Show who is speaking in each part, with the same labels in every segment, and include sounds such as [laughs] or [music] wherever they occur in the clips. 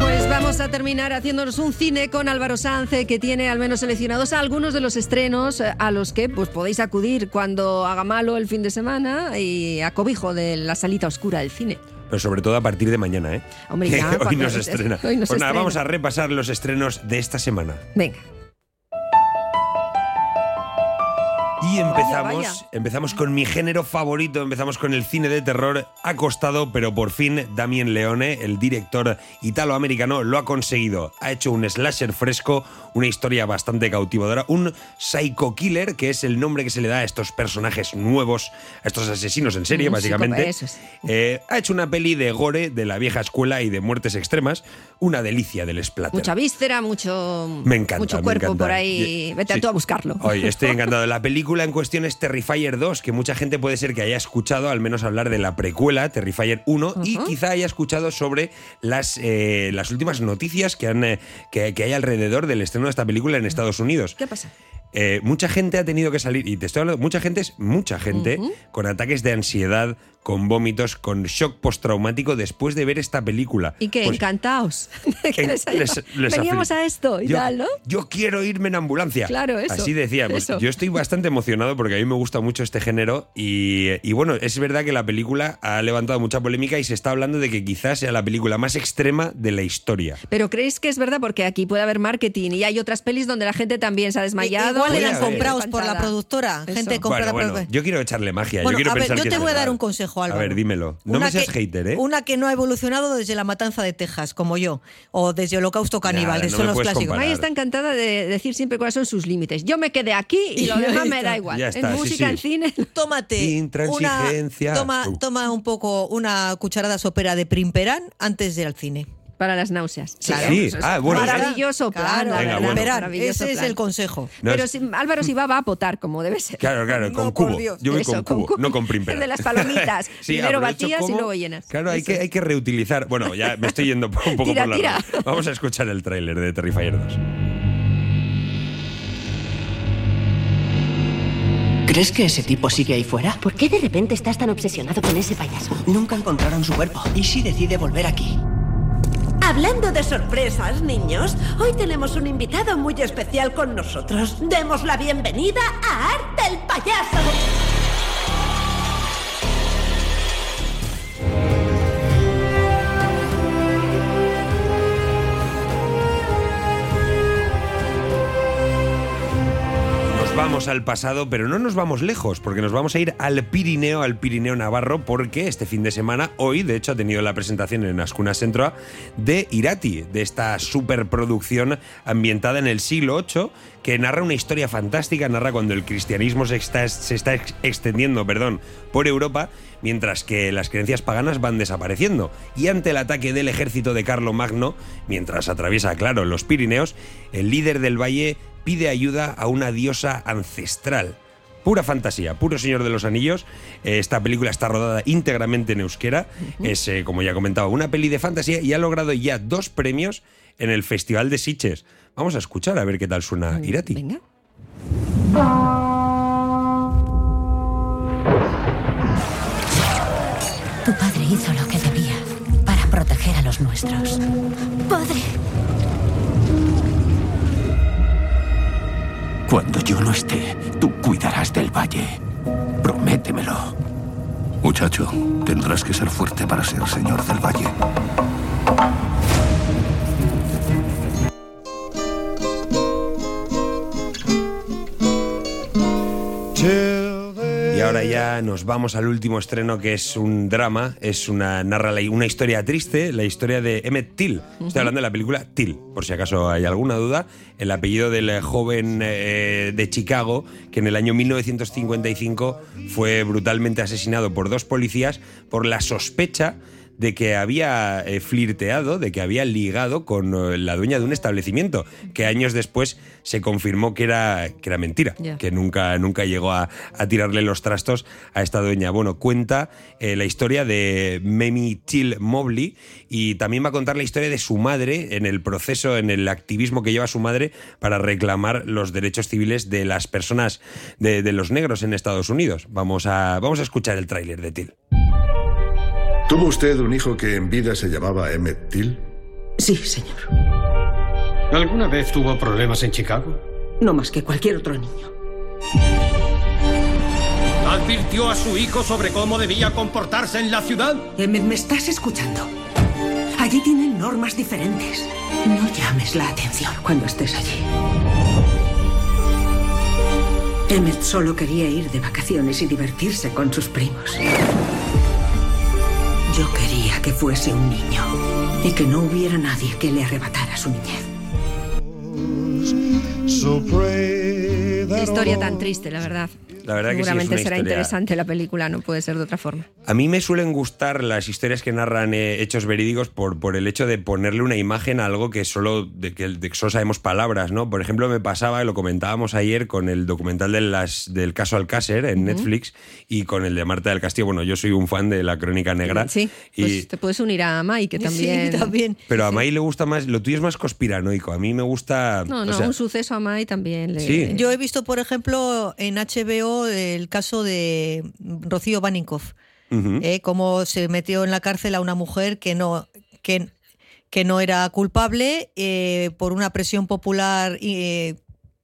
Speaker 1: Pues terminar haciéndonos un cine con Álvaro Sanz, eh, que tiene al menos seleccionados algunos de los estrenos eh, a los que pues, podéis acudir cuando haga malo el fin de semana y a cobijo de la salita oscura del cine.
Speaker 2: Pero sobre todo a partir de mañana, ¿eh?
Speaker 1: Hombre,
Speaker 2: Que
Speaker 1: ya,
Speaker 2: [laughs] hoy
Speaker 1: cuando-
Speaker 2: nos estrena.
Speaker 1: [laughs] hoy nos
Speaker 2: Pues nada,
Speaker 1: estrena.
Speaker 2: vamos a repasar los estrenos de esta semana.
Speaker 1: Venga.
Speaker 2: Y empezamos,
Speaker 1: vaya.
Speaker 2: empezamos con mi género favorito, empezamos con el cine de terror. Ha costado, pero por fin Damien Leone, el director italoamericano, lo ha conseguido. Ha hecho un slasher fresco, una historia bastante cautivadora, un psycho killer, que es el nombre que se le da a estos personajes nuevos, a estos asesinos en serie,
Speaker 1: Mm,
Speaker 2: básicamente.
Speaker 1: psicópata, eso es.
Speaker 2: Eh, ha hecho una peli de gore de la vieja escuela y de muertes extremas, una delicia del splatter.
Speaker 1: Mucha víscera, mucho,
Speaker 2: Me encanta.
Speaker 1: mucho
Speaker 2: me
Speaker 1: cuerpo
Speaker 2: encanta.
Speaker 1: por ahí.
Speaker 2: Ye-
Speaker 1: Vete
Speaker 2: sí.
Speaker 1: a tú a buscarlo.
Speaker 2: Oye, estoy encantado. La película en cuestión es Terrifier 2, que mucha gente puede ser que haya escuchado al menos hablar de la precuela, Terrifier 1, y quizá haya escuchado sobre las, eh, las últimas noticias que, han, eh, que, que hay alrededor del estreno de esta película en Estados Unidos.
Speaker 1: ¿Qué pasa?
Speaker 2: Eh, mucha gente ha tenido que salir, y te estoy hablando, mucha gente es mucha gente, con ataques de ansiedad, con vómitos, con shock postraumático después de ver esta película.
Speaker 1: Y que
Speaker 2: Pues-
Speaker 1: encantados. [laughs] de que
Speaker 3: [laughs]
Speaker 2: en-
Speaker 1: les haya-
Speaker 2: les- les
Speaker 1: Veníamos
Speaker 2: afirmo.
Speaker 1: a esto y
Speaker 2: yo,
Speaker 1: tal, ¿no?
Speaker 2: Yo quiero irme en ambulancia.
Speaker 1: Claro, eso,
Speaker 2: Así decía. pues,
Speaker 1: eso.
Speaker 2: Yo estoy bastante emocionado porque a mí me gusta mucho este género y, y bueno, es verdad que la película ha levantado mucha polémica y se está hablando de que quizás sea la película más extrema de la historia.
Speaker 1: Pero creéis que es verdad porque aquí puede haber marketing y hay otras pelis donde la gente también se ha desmayado.
Speaker 2: Puede
Speaker 3: Igual eran
Speaker 2: haber.
Speaker 3: comprados por la productora.
Speaker 1: Eso.
Speaker 3: Gente
Speaker 2: Bueno,
Speaker 3: comprada por
Speaker 2: bueno, yo quiero echarle magia.
Speaker 3: Bueno,
Speaker 2: yo quiero
Speaker 3: a ver,
Speaker 2: pensar
Speaker 3: yo
Speaker 2: que
Speaker 3: te
Speaker 2: es
Speaker 3: voy a dar
Speaker 2: verdad.
Speaker 3: un consejo, Álvaro.
Speaker 2: A ver, dímelo. No
Speaker 3: Una
Speaker 2: me seas
Speaker 3: que-
Speaker 2: hater, ¿eh?
Speaker 3: Una que no ha evolucionado desde la matanza de Texas, como yo, o desde Holocausto Caníbal,
Speaker 2: Nada,
Speaker 3: que
Speaker 2: no me
Speaker 3: son los
Speaker 2: puedes
Speaker 3: clásicos.
Speaker 2: comparar.
Speaker 1: May está encantada de decir siempre cuáles son sus límites. Yo me quedé aquí y
Speaker 2: [laughs]
Speaker 1: lo
Speaker 3: Y ya
Speaker 1: demás me
Speaker 3: está.
Speaker 1: da igual.
Speaker 2: Ya está,
Speaker 1: en
Speaker 2: sí,
Speaker 1: música,
Speaker 2: sí.
Speaker 1: en cine. [laughs]
Speaker 3: Tómate una,
Speaker 2: Intransigencia.
Speaker 3: toma,
Speaker 2: Uh.
Speaker 3: toma un poco una cucharada sopera de Primperán antes de ir al cine.
Speaker 1: Para las náuseas.
Speaker 2: Sí, sí.
Speaker 1: eso es
Speaker 2: Ah, bueno,
Speaker 1: maravilloso plan,
Speaker 3: claro,
Speaker 1: la
Speaker 2: Venga,
Speaker 1: verdad,
Speaker 2: bueno.
Speaker 3: Primperán,
Speaker 1: maravilloso
Speaker 3: ese es
Speaker 1: plan.
Speaker 3: el consejo.
Speaker 2: No,
Speaker 1: Pero
Speaker 2: es-
Speaker 1: si, Álvaro Sibá va a votar, como debe ser. [laughs]
Speaker 2: Claro, claro, con
Speaker 3: No, por
Speaker 2: cubo.
Speaker 3: Dios.
Speaker 2: Yo voy
Speaker 1: Eso,
Speaker 2: con cubo,
Speaker 1: cubo.
Speaker 2: no con primper.
Speaker 1: El de las
Speaker 2: [laughs]
Speaker 1: palomitas. Primero batías y luego llenas.
Speaker 2: Claro, hay
Speaker 1: Eso
Speaker 2: que,
Speaker 1: es.
Speaker 2: hay que reutilizar. Bueno, ya me estoy yendo un
Speaker 1: [laughs]
Speaker 2: poco
Speaker 1: Tira,
Speaker 2: por la
Speaker 1: tira.
Speaker 2: rama. Vamos a escuchar el tráiler de Terrifier 2.
Speaker 4: ¿Crees que ese tipo sigue ahí fuera?
Speaker 5: ¿Por qué de repente estás tan obsesionado con ese payaso?
Speaker 4: Nunca encontraron su cuerpo. ¿Y si decide volver aquí?
Speaker 6: Hablando de sorpresas, niños, hoy tenemos un invitado muy especial con nosotros. Demos la bienvenida a Art el Payaso.
Speaker 2: Nos vamos al pasado, pero no nos vamos lejos, porque nos vamos a ir al Pirineo, al Pirineo Navarro, porque este fin de semana, hoy, de hecho, ha tenido la presentación en Ascuna Centroa de Irati, de esta superproducción ambientada en el siglo VIII, que narra una historia fantástica, narra cuando el cristianismo se está, se está ex- extendiendo perdón, por Europa, mientras que las creencias paganas van desapareciendo. Y ante el ataque del ejército de Carlomagno, mientras atraviesa, claro, los Pirineos, el líder del valle pide ayuda a una diosa ancestral. Pura fantasía, puro Señor de los Anillos. Eh, Esta película está rodada íntegramente en euskera. Es, eh, como ya comentaba, una peli de fantasía y ha logrado ya dos premios en el Festival de Sitges. Vamos a escuchar a ver qué tal suena Irati.
Speaker 1: Pues Venga.
Speaker 5: Tu padre hizo lo que debía para proteger a los nuestros.
Speaker 6: Padre,
Speaker 7: Cuando yo no esté, tú cuidarás del valle. Prométemelo. Muchacho, tendrás que ser fuerte para ser señor del valle.
Speaker 2: Y ahora ya nos vamos al último estreno que es un drama, es una narra la- una historia triste, la historia de Emmett Till. Estoy hablando de la película Till, por si acaso hay alguna duda, el apellido del eh, joven eh, de Chicago que en el año 1955 fue brutalmente asesinado por dos policías por la sospecha de que había eh, flirteado, de que había ligado con eh, la dueña de un establecimiento, que años después se confirmó que era, que era mentira,
Speaker 1: Ya.
Speaker 2: que nunca, nunca llegó a, a tirarle los trastos a esta dueña. Bueno, cuenta eh, la historia de Mamie Till Mobley y también va a contar la historia de su madre en el proceso, en el activismo que lleva su madre para reclamar los derechos civiles de las personas, de, de los negros en Estados Unidos. Vamos a, vamos a escuchar el tráiler de Till.
Speaker 8: ¿Tuvo usted un hijo que en vida se llamaba Emmett Till?
Speaker 4: Sí, señor.
Speaker 8: ¿Alguna vez tuvo problemas en Chicago?
Speaker 9: No más que cualquier otro niño.
Speaker 8: ¿Advirtió a su hijo sobre cómo debía comportarse en la ciudad?
Speaker 9: Emmett, Eh, ¿me estás escuchando? Allí tienen normas diferentes. No llames la atención cuando estés allí. Emmett solo quería ir de vacaciones y divertirse con sus primos. Yo quería que fuese un niño y que no hubiera nadie que le arrebatara su niñez.
Speaker 1: Qué historia tan triste, la verdad.
Speaker 2: La verdad que sí, es
Speaker 1: Seguramente
Speaker 2: una
Speaker 1: será
Speaker 2: historia-
Speaker 1: interesante la película, no puede ser de otra forma.
Speaker 2: A mí me suelen gustar las historias que narran eh, hechos verídicos por, por el hecho de ponerle una imagen a algo que solo, de que, de que solo sabemos palabras, ¿no? Por ejemplo, me pasaba, y lo comentábamos ayer con el documental de las, del caso Alcácer en Netflix y con el de Marta del Castillo. Bueno, yo soy un fan de la Crónica Negra.
Speaker 1: Sí,
Speaker 2: y-
Speaker 1: pues te puedes unir a Mai, que también...
Speaker 3: [laughs] Sí, también.
Speaker 2: pero a May le gusta más, lo tuyo es más conspiranoico. A mí me gusta.
Speaker 1: No,
Speaker 2: o
Speaker 1: no,
Speaker 2: sea,
Speaker 1: un suceso a Mai también le...
Speaker 2: Sí.
Speaker 3: Yo he visto, por ejemplo, en HBO el caso de Rocío Baninkoff,
Speaker 2: ¿Mm?
Speaker 3: eh, cómo se metió en la cárcel a una mujer que no, que, que no era culpable eh, por una presión popular eh,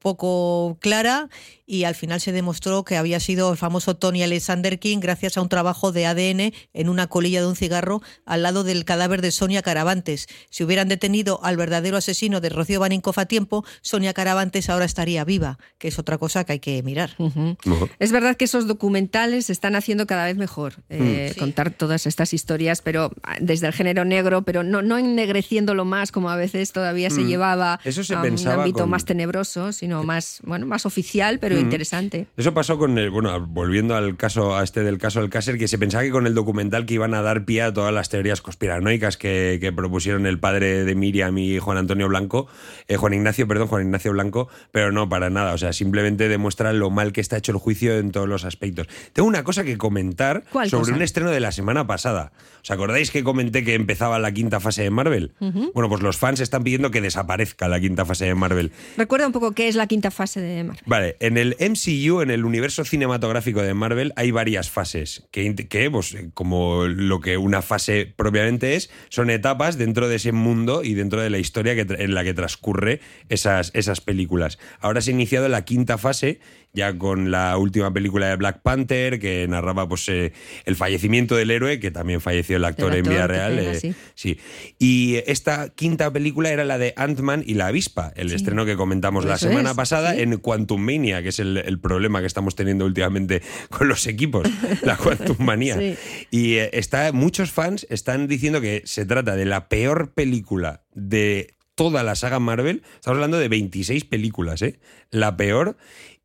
Speaker 3: poco clara y al final se demostró que había sido el famoso Tony Alexander King gracias a un trabajo de ADN en una colilla de un cigarro al lado del cadáver de Sonia Caravantes. Si hubieran detenido al verdadero asesino de Rocío Baninkoff a tiempo, Sonia Caravantes ahora estaría viva, que es otra cosa que hay que mirar.
Speaker 1: Ujú.
Speaker 2: Ujú.
Speaker 1: Es verdad que esos documentales se están haciendo cada vez mejor, eh,
Speaker 2: Mm.
Speaker 1: contar todas estas historias, pero ah, desde el género negro, pero no, no ennegreciéndolo más como a veces todavía se llevaba
Speaker 2: Mm. Eso se
Speaker 1: a un
Speaker 2: pensaba
Speaker 1: ámbito
Speaker 2: con- Eh. Mm.
Speaker 1: más tenebroso, sino más, bueno, más oficial, pero interesante.
Speaker 2: Eso pasó con el, bueno, volviendo al caso, a este del caso Alcácer, que se pensaba que con el documental que iban a dar pie a todas las teorías conspiranoicas que, que propusieron el padre de Miriam y Juan Antonio Blanco, eh, Juan Ignacio, perdón, Juan Ignacio Blanco, pero no, para nada. O sea, simplemente demuestra lo mal que está hecho el juicio en todos los aspectos. Tengo una cosa que comentar
Speaker 1: ¿Cuál
Speaker 2: sobre
Speaker 1: cosa?
Speaker 2: un estreno de la semana pasada. ¿Os acordáis que comenté que empezaba la quinta fase de Marvel? Bueno, pues los fans están pidiendo que desaparezca la quinta fase de Marvel.
Speaker 1: Recuerda un poco qué es la quinta fase de Marvel.
Speaker 2: Vale, en el MCU, en el universo cinematográfico de Marvel, hay varias fases, que, int- que, pues, como lo que una fase propiamente es, son etapas dentro de ese mundo y dentro de la historia que tra- en la que transcurre esas, esas películas. Ahora se ha iniciado la quinta fase, ya con la última película de Black Panther, que narraba pues, eh, el fallecimiento del héroe, que también falleció el actor, en
Speaker 1: actor,
Speaker 2: vida
Speaker 1: qué
Speaker 2: real.
Speaker 1: pena,
Speaker 2: eh,
Speaker 1: sí.
Speaker 2: Sí. Y esta quinta película era la de Ant-Man y la avispa, el estreno que comentamos la
Speaker 1: Eso
Speaker 2: semana
Speaker 1: es,
Speaker 2: pasada en Quantum Mania, que es el, el problema que estamos teniendo últimamente [laughs] con los equipos,
Speaker 1: [laughs]
Speaker 2: la Quantum Manía.
Speaker 1: Sí.
Speaker 2: Y eh, está, muchos fans están diciendo que se trata de la peor película de toda la saga Marvel. Estamos hablando de 26 películas, ¿eh? La peor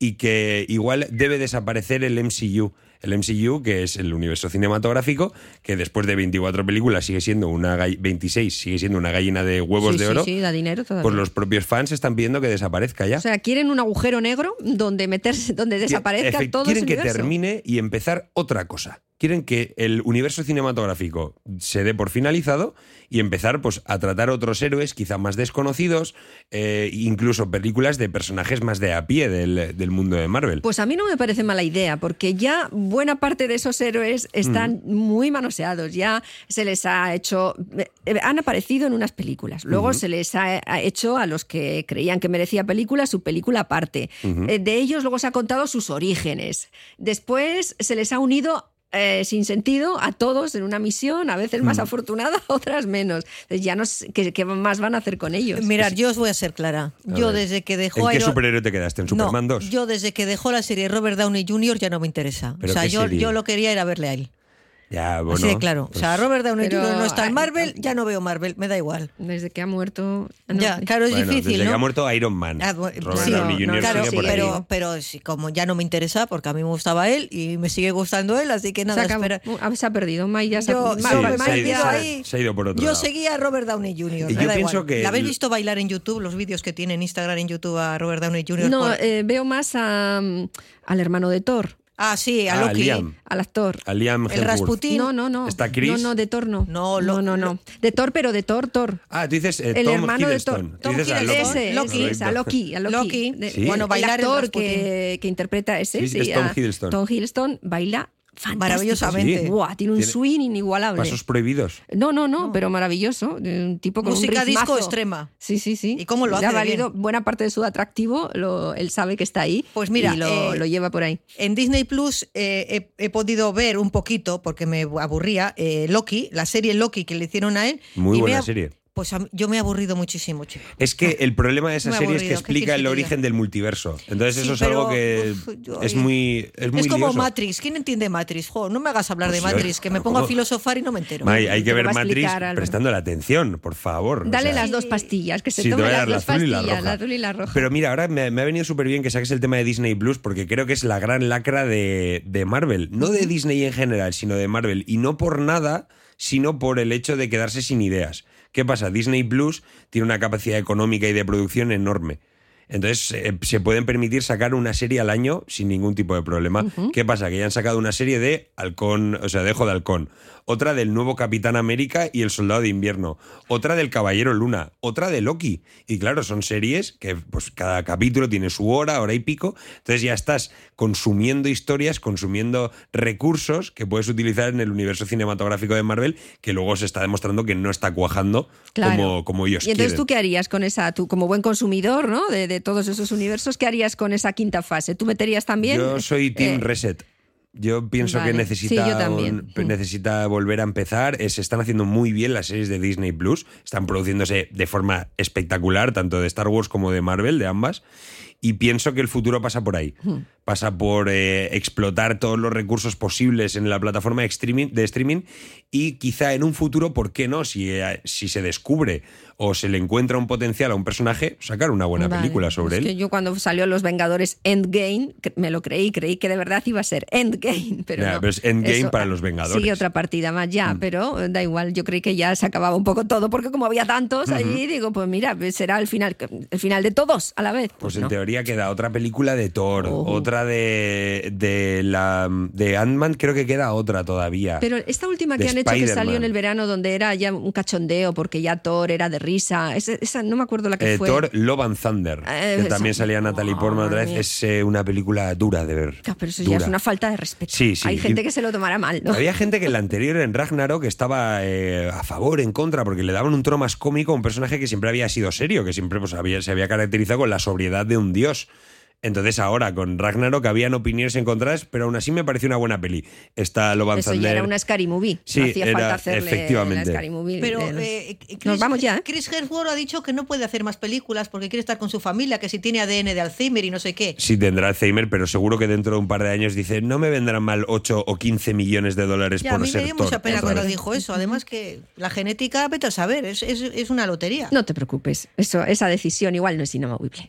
Speaker 2: y que igual debe desaparecer el MCU. El MCU, que es el universo cinematográfico, que después de 24 películas sigue siendo una gall- 26, sigue siendo una gallina de huevos
Speaker 1: sí,
Speaker 2: de
Speaker 1: sí,
Speaker 2: oro.
Speaker 1: sí, da dinero todavía.
Speaker 2: Pues los propios fans están pidiendo que desaparezca ya.
Speaker 1: O sea, quieren un agujero negro donde meterse, donde desaparezca
Speaker 2: Efe-
Speaker 1: todo
Speaker 2: Quieren
Speaker 1: ese
Speaker 2: que
Speaker 1: universo.
Speaker 2: termine y empezar otra cosa. Quieren que el universo cinematográfico se dé por finalizado y empezar pues, a tratar otros héroes quizá más desconocidos, eh, incluso películas de personajes más de a pie del, del mundo de Marvel.
Speaker 1: Pues a mí no me parece mala idea, porque ya buena parte de esos héroes están muy manoseados, ya se les ha hecho, eh, eh, han aparecido en unas películas, luego se les ha ha hecho a los que creían que merecía película su película aparte, Eh, de ellos luego se ha contado sus orígenes, después se les ha unido... eh, sin sentido a todos en una misión, a veces más afortunada, [laughs] otras menos. Entonces, Ya no sé qué, qué más van a hacer con ellos.
Speaker 3: Mirad, yo os voy a ser clara. Yo
Speaker 2: ver.
Speaker 3: desde que dejó
Speaker 2: ¿En qué
Speaker 3: Iron-
Speaker 2: superhéroe te quedaste? ¿En
Speaker 3: No,
Speaker 2: Superman 2?
Speaker 3: Yo desde que dejó la serie Robert Downey Jr. ya no me interesa. O
Speaker 2: ¿Pero
Speaker 3: sea,
Speaker 2: qué
Speaker 3: yo,
Speaker 2: serie?
Speaker 3: yo lo quería ir a verle a él.
Speaker 2: Ya, bueno.
Speaker 3: Así de claro. o sea,
Speaker 2: pues-
Speaker 3: Robert Downey
Speaker 1: Pero-
Speaker 3: Jr. no está en
Speaker 1: ay,
Speaker 3: Marvel, ya no veo Marvel, me da igual.
Speaker 1: Desde que ha muerto... ah, no,
Speaker 3: Ya, claro, es
Speaker 2: Bueno, pues
Speaker 3: difícil,
Speaker 2: desde que
Speaker 3: ¿no?
Speaker 2: ha muerto Iron Man.
Speaker 3: Ah, bu-
Speaker 2: Robert
Speaker 3: sí,
Speaker 2: Downey
Speaker 1: no,
Speaker 2: Jr.
Speaker 1: claro,
Speaker 2: sigue
Speaker 1: sí,
Speaker 2: por ahí.
Speaker 3: pero, pero sí, como ya no me interesa, porque a mí me gustaba él y me sigue gustando él, así que
Speaker 1: se,
Speaker 3: nada,
Speaker 1: acabó.
Speaker 3: espera.
Speaker 1: Ah, se ha perdido. Mai ya se
Speaker 3: Yo,
Speaker 1: ha
Speaker 2: Sí,
Speaker 3: yo
Speaker 1: Mai-
Speaker 3: me
Speaker 2: se ha
Speaker 1: Mai
Speaker 2: ido,
Speaker 3: he
Speaker 1: ya-
Speaker 3: ido
Speaker 2: se ha-
Speaker 3: ahí.
Speaker 2: se ha ido por otro
Speaker 3: Yo
Speaker 2: lado.
Speaker 3: seguía a Robert Downey Jr.
Speaker 2: Y
Speaker 3: me
Speaker 2: yo
Speaker 3: da
Speaker 2: pienso
Speaker 3: igual.
Speaker 2: que
Speaker 3: ¿La habéis
Speaker 2: el-
Speaker 3: visto bailar en YouTube, los vídeos que tiene en Instagram, en YouTube a Robert Downey Jr.?
Speaker 1: No,
Speaker 3: por-
Speaker 1: eh, veo más a, mm, al hermano de Thor,
Speaker 3: ah, sí, a
Speaker 2: Ah,
Speaker 3: Loki.
Speaker 2: Liam.
Speaker 1: al actor.
Speaker 2: A Liam
Speaker 3: El
Speaker 2: Hemsworth.
Speaker 3: Rasputin.
Speaker 1: No, no, no.
Speaker 2: ¿Está Chris?
Speaker 1: No, no, de Thor no.
Speaker 3: No, lo-
Speaker 1: no, no, no. De Thor, pero de Thor, Thor.
Speaker 2: Ah, tú dices eh,
Speaker 1: el
Speaker 2: Tom
Speaker 1: hermano de
Speaker 2: Hiddleston.
Speaker 1: Thor.
Speaker 2: Tú dices a Loki.
Speaker 1: Ese,
Speaker 3: Loki.
Speaker 1: sí, es a Loki. A Loki.
Speaker 3: Loki.
Speaker 1: De-
Speaker 2: Sí.
Speaker 1: Bueno, bailar
Speaker 3: Bailar el
Speaker 1: el actor
Speaker 3: Rasputin.
Speaker 1: que, que interpreta ese.
Speaker 2: Sí, es Tom
Speaker 1: a-
Speaker 2: Hiddleston.
Speaker 1: Tom Hiddleston baila fantásticos.
Speaker 3: Maravillosamente. Sí.
Speaker 1: Buah, tiene un
Speaker 2: Tiene
Speaker 1: swing inigualable.
Speaker 2: Pasos prohibidos.
Speaker 1: No, no, no, pero maravilloso. Un tipo con
Speaker 3: Música
Speaker 1: un
Speaker 3: disco
Speaker 1: ritmazo.
Speaker 3: extrema.
Speaker 1: Sí, sí, sí.
Speaker 3: ¿Y cómo lo
Speaker 1: Le
Speaker 3: hace
Speaker 1: ha
Speaker 3: de
Speaker 1: valido buena parte de su atractivo, lo- él sabe que está ahí.
Speaker 3: Pues mira,
Speaker 1: y lo,
Speaker 3: eh,
Speaker 1: lo lleva por ahí.
Speaker 3: En Disney Plus eh, he, he podido ver un poquito, porque me aburría, eh, Loki, la serie Loki que le hicieron a él.
Speaker 2: Muy
Speaker 3: y me
Speaker 2: buena
Speaker 3: ha-
Speaker 2: serie.
Speaker 3: Pues a mí- yo me he aburrido muchísimo, chico.
Speaker 2: Es que el problema de esa
Speaker 3: Muy
Speaker 2: serie es que
Speaker 3: aburrido, qué
Speaker 2: explica el
Speaker 3: quisiera.
Speaker 2: origen del multiverso. Entonces
Speaker 3: Sí,
Speaker 2: eso es
Speaker 3: pero,
Speaker 2: algo que
Speaker 3: uf, yo-
Speaker 2: es muy es muy
Speaker 3: es como
Speaker 2: lioso.
Speaker 3: Matrix. ¿Quién entiende Matrix? Jo, no me hagas hablar
Speaker 2: Pues
Speaker 3: de
Speaker 2: yo-
Speaker 3: Matrix, que me pongo a
Speaker 2: ¿cómo?
Speaker 3: filosofar y no me entero.
Speaker 2: May, hay
Speaker 1: Te
Speaker 2: que
Speaker 1: lo
Speaker 2: ver
Speaker 1: va a
Speaker 2: Matrix
Speaker 1: explicar, Álvaro.
Speaker 2: prestando la atención, por favor. O
Speaker 1: Dale
Speaker 2: sea,
Speaker 1: las dos pastillas, que se
Speaker 2: sí, te
Speaker 1: tome
Speaker 2: voy a
Speaker 1: las
Speaker 2: dar
Speaker 1: dos
Speaker 2: la azul y la
Speaker 1: pastillas,
Speaker 2: roja.
Speaker 1: la azul y la roja.
Speaker 2: Pero mira, ahora me, me ha venido súper bien que saques el tema de Disney Plus porque creo que es la gran lacra de, de Marvel. No de Disney en general, sino de Marvel. Y no por nada, sino por el hecho de quedarse sin ideas. ¿Qué pasa? Disney Plus tiene una capacidad económica y de producción enorme. Entonces eh, se pueden permitir sacar una serie al año sin ningún tipo de problema. ¿Qué pasa? Que ya han sacado una serie de Halcón, o sea, de Ojo de Halcón, otra del nuevo Capitán América y el Soldado de Invierno, otra del Caballero Luna, otra de Loki. Y claro, son series que pues cada capítulo tiene su hora, hora y pico. Entonces ya estás consumiendo historias, consumiendo recursos que puedes utilizar en el universo cinematográfico de Marvel, que luego se está demostrando que no está cuajando
Speaker 1: Claro.
Speaker 2: como, como ellos
Speaker 1: ¿Y entonces
Speaker 2: quieren.
Speaker 1: tú qué harías con esa, tú como buen consumidor ¿no? de, de todos esos universos, qué harías con esa quinta fase? ¿Tú meterías también?
Speaker 2: Yo soy Team
Speaker 1: eh,
Speaker 2: Reset. Yo pienso
Speaker 1: vale.
Speaker 2: que necesita,
Speaker 1: Sí, yo también.
Speaker 2: pe- necesita volver a empezar. Eh, Se están haciendo muy bien las series de Disney Plus. Están produciéndose de forma espectacular, tanto de Star Wars como de Marvel, de ambas. Y pienso que el futuro pasa por ahí.
Speaker 1: Hmm.
Speaker 2: Pasa por eh, explotar todos los recursos posibles en la plataforma de streaming, de streaming y quizá en un futuro, ¿por qué no? Si, eh, si se descubre o se le encuentra un potencial a un personaje, sacar una buena
Speaker 1: Vale.
Speaker 2: película sobre
Speaker 1: Es
Speaker 2: él.
Speaker 1: que yo cuando salió Los Vengadores Endgame, cre- me lo creí, creí que de verdad iba a ser Endgame, pero
Speaker 2: Ya,
Speaker 1: no.
Speaker 2: pero es Endgame para los
Speaker 1: ah,
Speaker 2: Vengadores. Mm.
Speaker 1: Sigue otra partida más ya, pero eh, da igual, yo creí que ya se acababa un poco todo, porque como había tantos allí, digo, pues mira, pues será el final, el final de todos a la vez.
Speaker 2: Pues
Speaker 1: Pues
Speaker 2: en
Speaker 1: no. Oh.
Speaker 2: teoría queda otra película de Thor,
Speaker 1: Ojo.
Speaker 2: otra de, de la de Ant-Man, creo que queda otra todavía.
Speaker 1: Pero esta última
Speaker 2: de
Speaker 1: que han hecho que
Speaker 2: Spider-Man.
Speaker 1: salió en el verano, donde era ya un cachondeo, porque ya Thor era de risa, esa, esa no me acuerdo la que
Speaker 2: Eh,
Speaker 1: fue.
Speaker 2: Thor Love and Thunder,
Speaker 1: Eh,
Speaker 2: que
Speaker 1: esa-
Speaker 2: también salía Natalie Portman otra
Speaker 1: Madre
Speaker 2: vez,
Speaker 1: mía.
Speaker 2: es eh, una película dura de ver.
Speaker 1: Ah, Pero eso ya
Speaker 2: dura.
Speaker 1: es una falta de respeto.
Speaker 2: Sí, sí.
Speaker 1: Hay gente
Speaker 2: Y-
Speaker 1: que se lo tomará mal, ¿no?
Speaker 2: [laughs] Había gente que en la anterior, en Ragnarok, estaba eh, a favor, en contra, porque le daban un tono más cómico a un personaje que siempre había sido serio, que siempre pues, había- se había caracterizado con la sobriedad de un dios. Entonces ahora, con Ragnarok, habían opiniones encontradas, pero aún así me pareció una buena peli. Está Love and
Speaker 1: Eso ya
Speaker 2: Thunder.
Speaker 1: era una Scary Movie.
Speaker 2: Sí,
Speaker 1: no hacía
Speaker 2: era-
Speaker 1: falta hacerle
Speaker 2: efectivamente.
Speaker 1: la Scary Movie.
Speaker 3: Pero
Speaker 1: Eh, no sé.
Speaker 3: eh, Chris,
Speaker 1: Nos vamos ya, ¿eh?
Speaker 3: Chris Hemsworth ha dicho que no puede hacer más películas porque quiere estar con su familia, que si tiene ADN de Alzheimer y no sé qué.
Speaker 2: Sí, tendrá Alzheimer, pero seguro que dentro de un par de años dice, no me vendrán mal 8 o 15 millones de dólares
Speaker 3: Ya, a
Speaker 2: por
Speaker 3: mí
Speaker 2: ser ¿eh?
Speaker 3: me dio
Speaker 2: Thor
Speaker 3: mucha pena
Speaker 2: otra
Speaker 3: cuando
Speaker 2: vez".
Speaker 3: dijo eso. Además que la genética, vete a saber, es, es- es una lotería.
Speaker 1: No te preocupes, eso, esa decisión igual no es inamovible.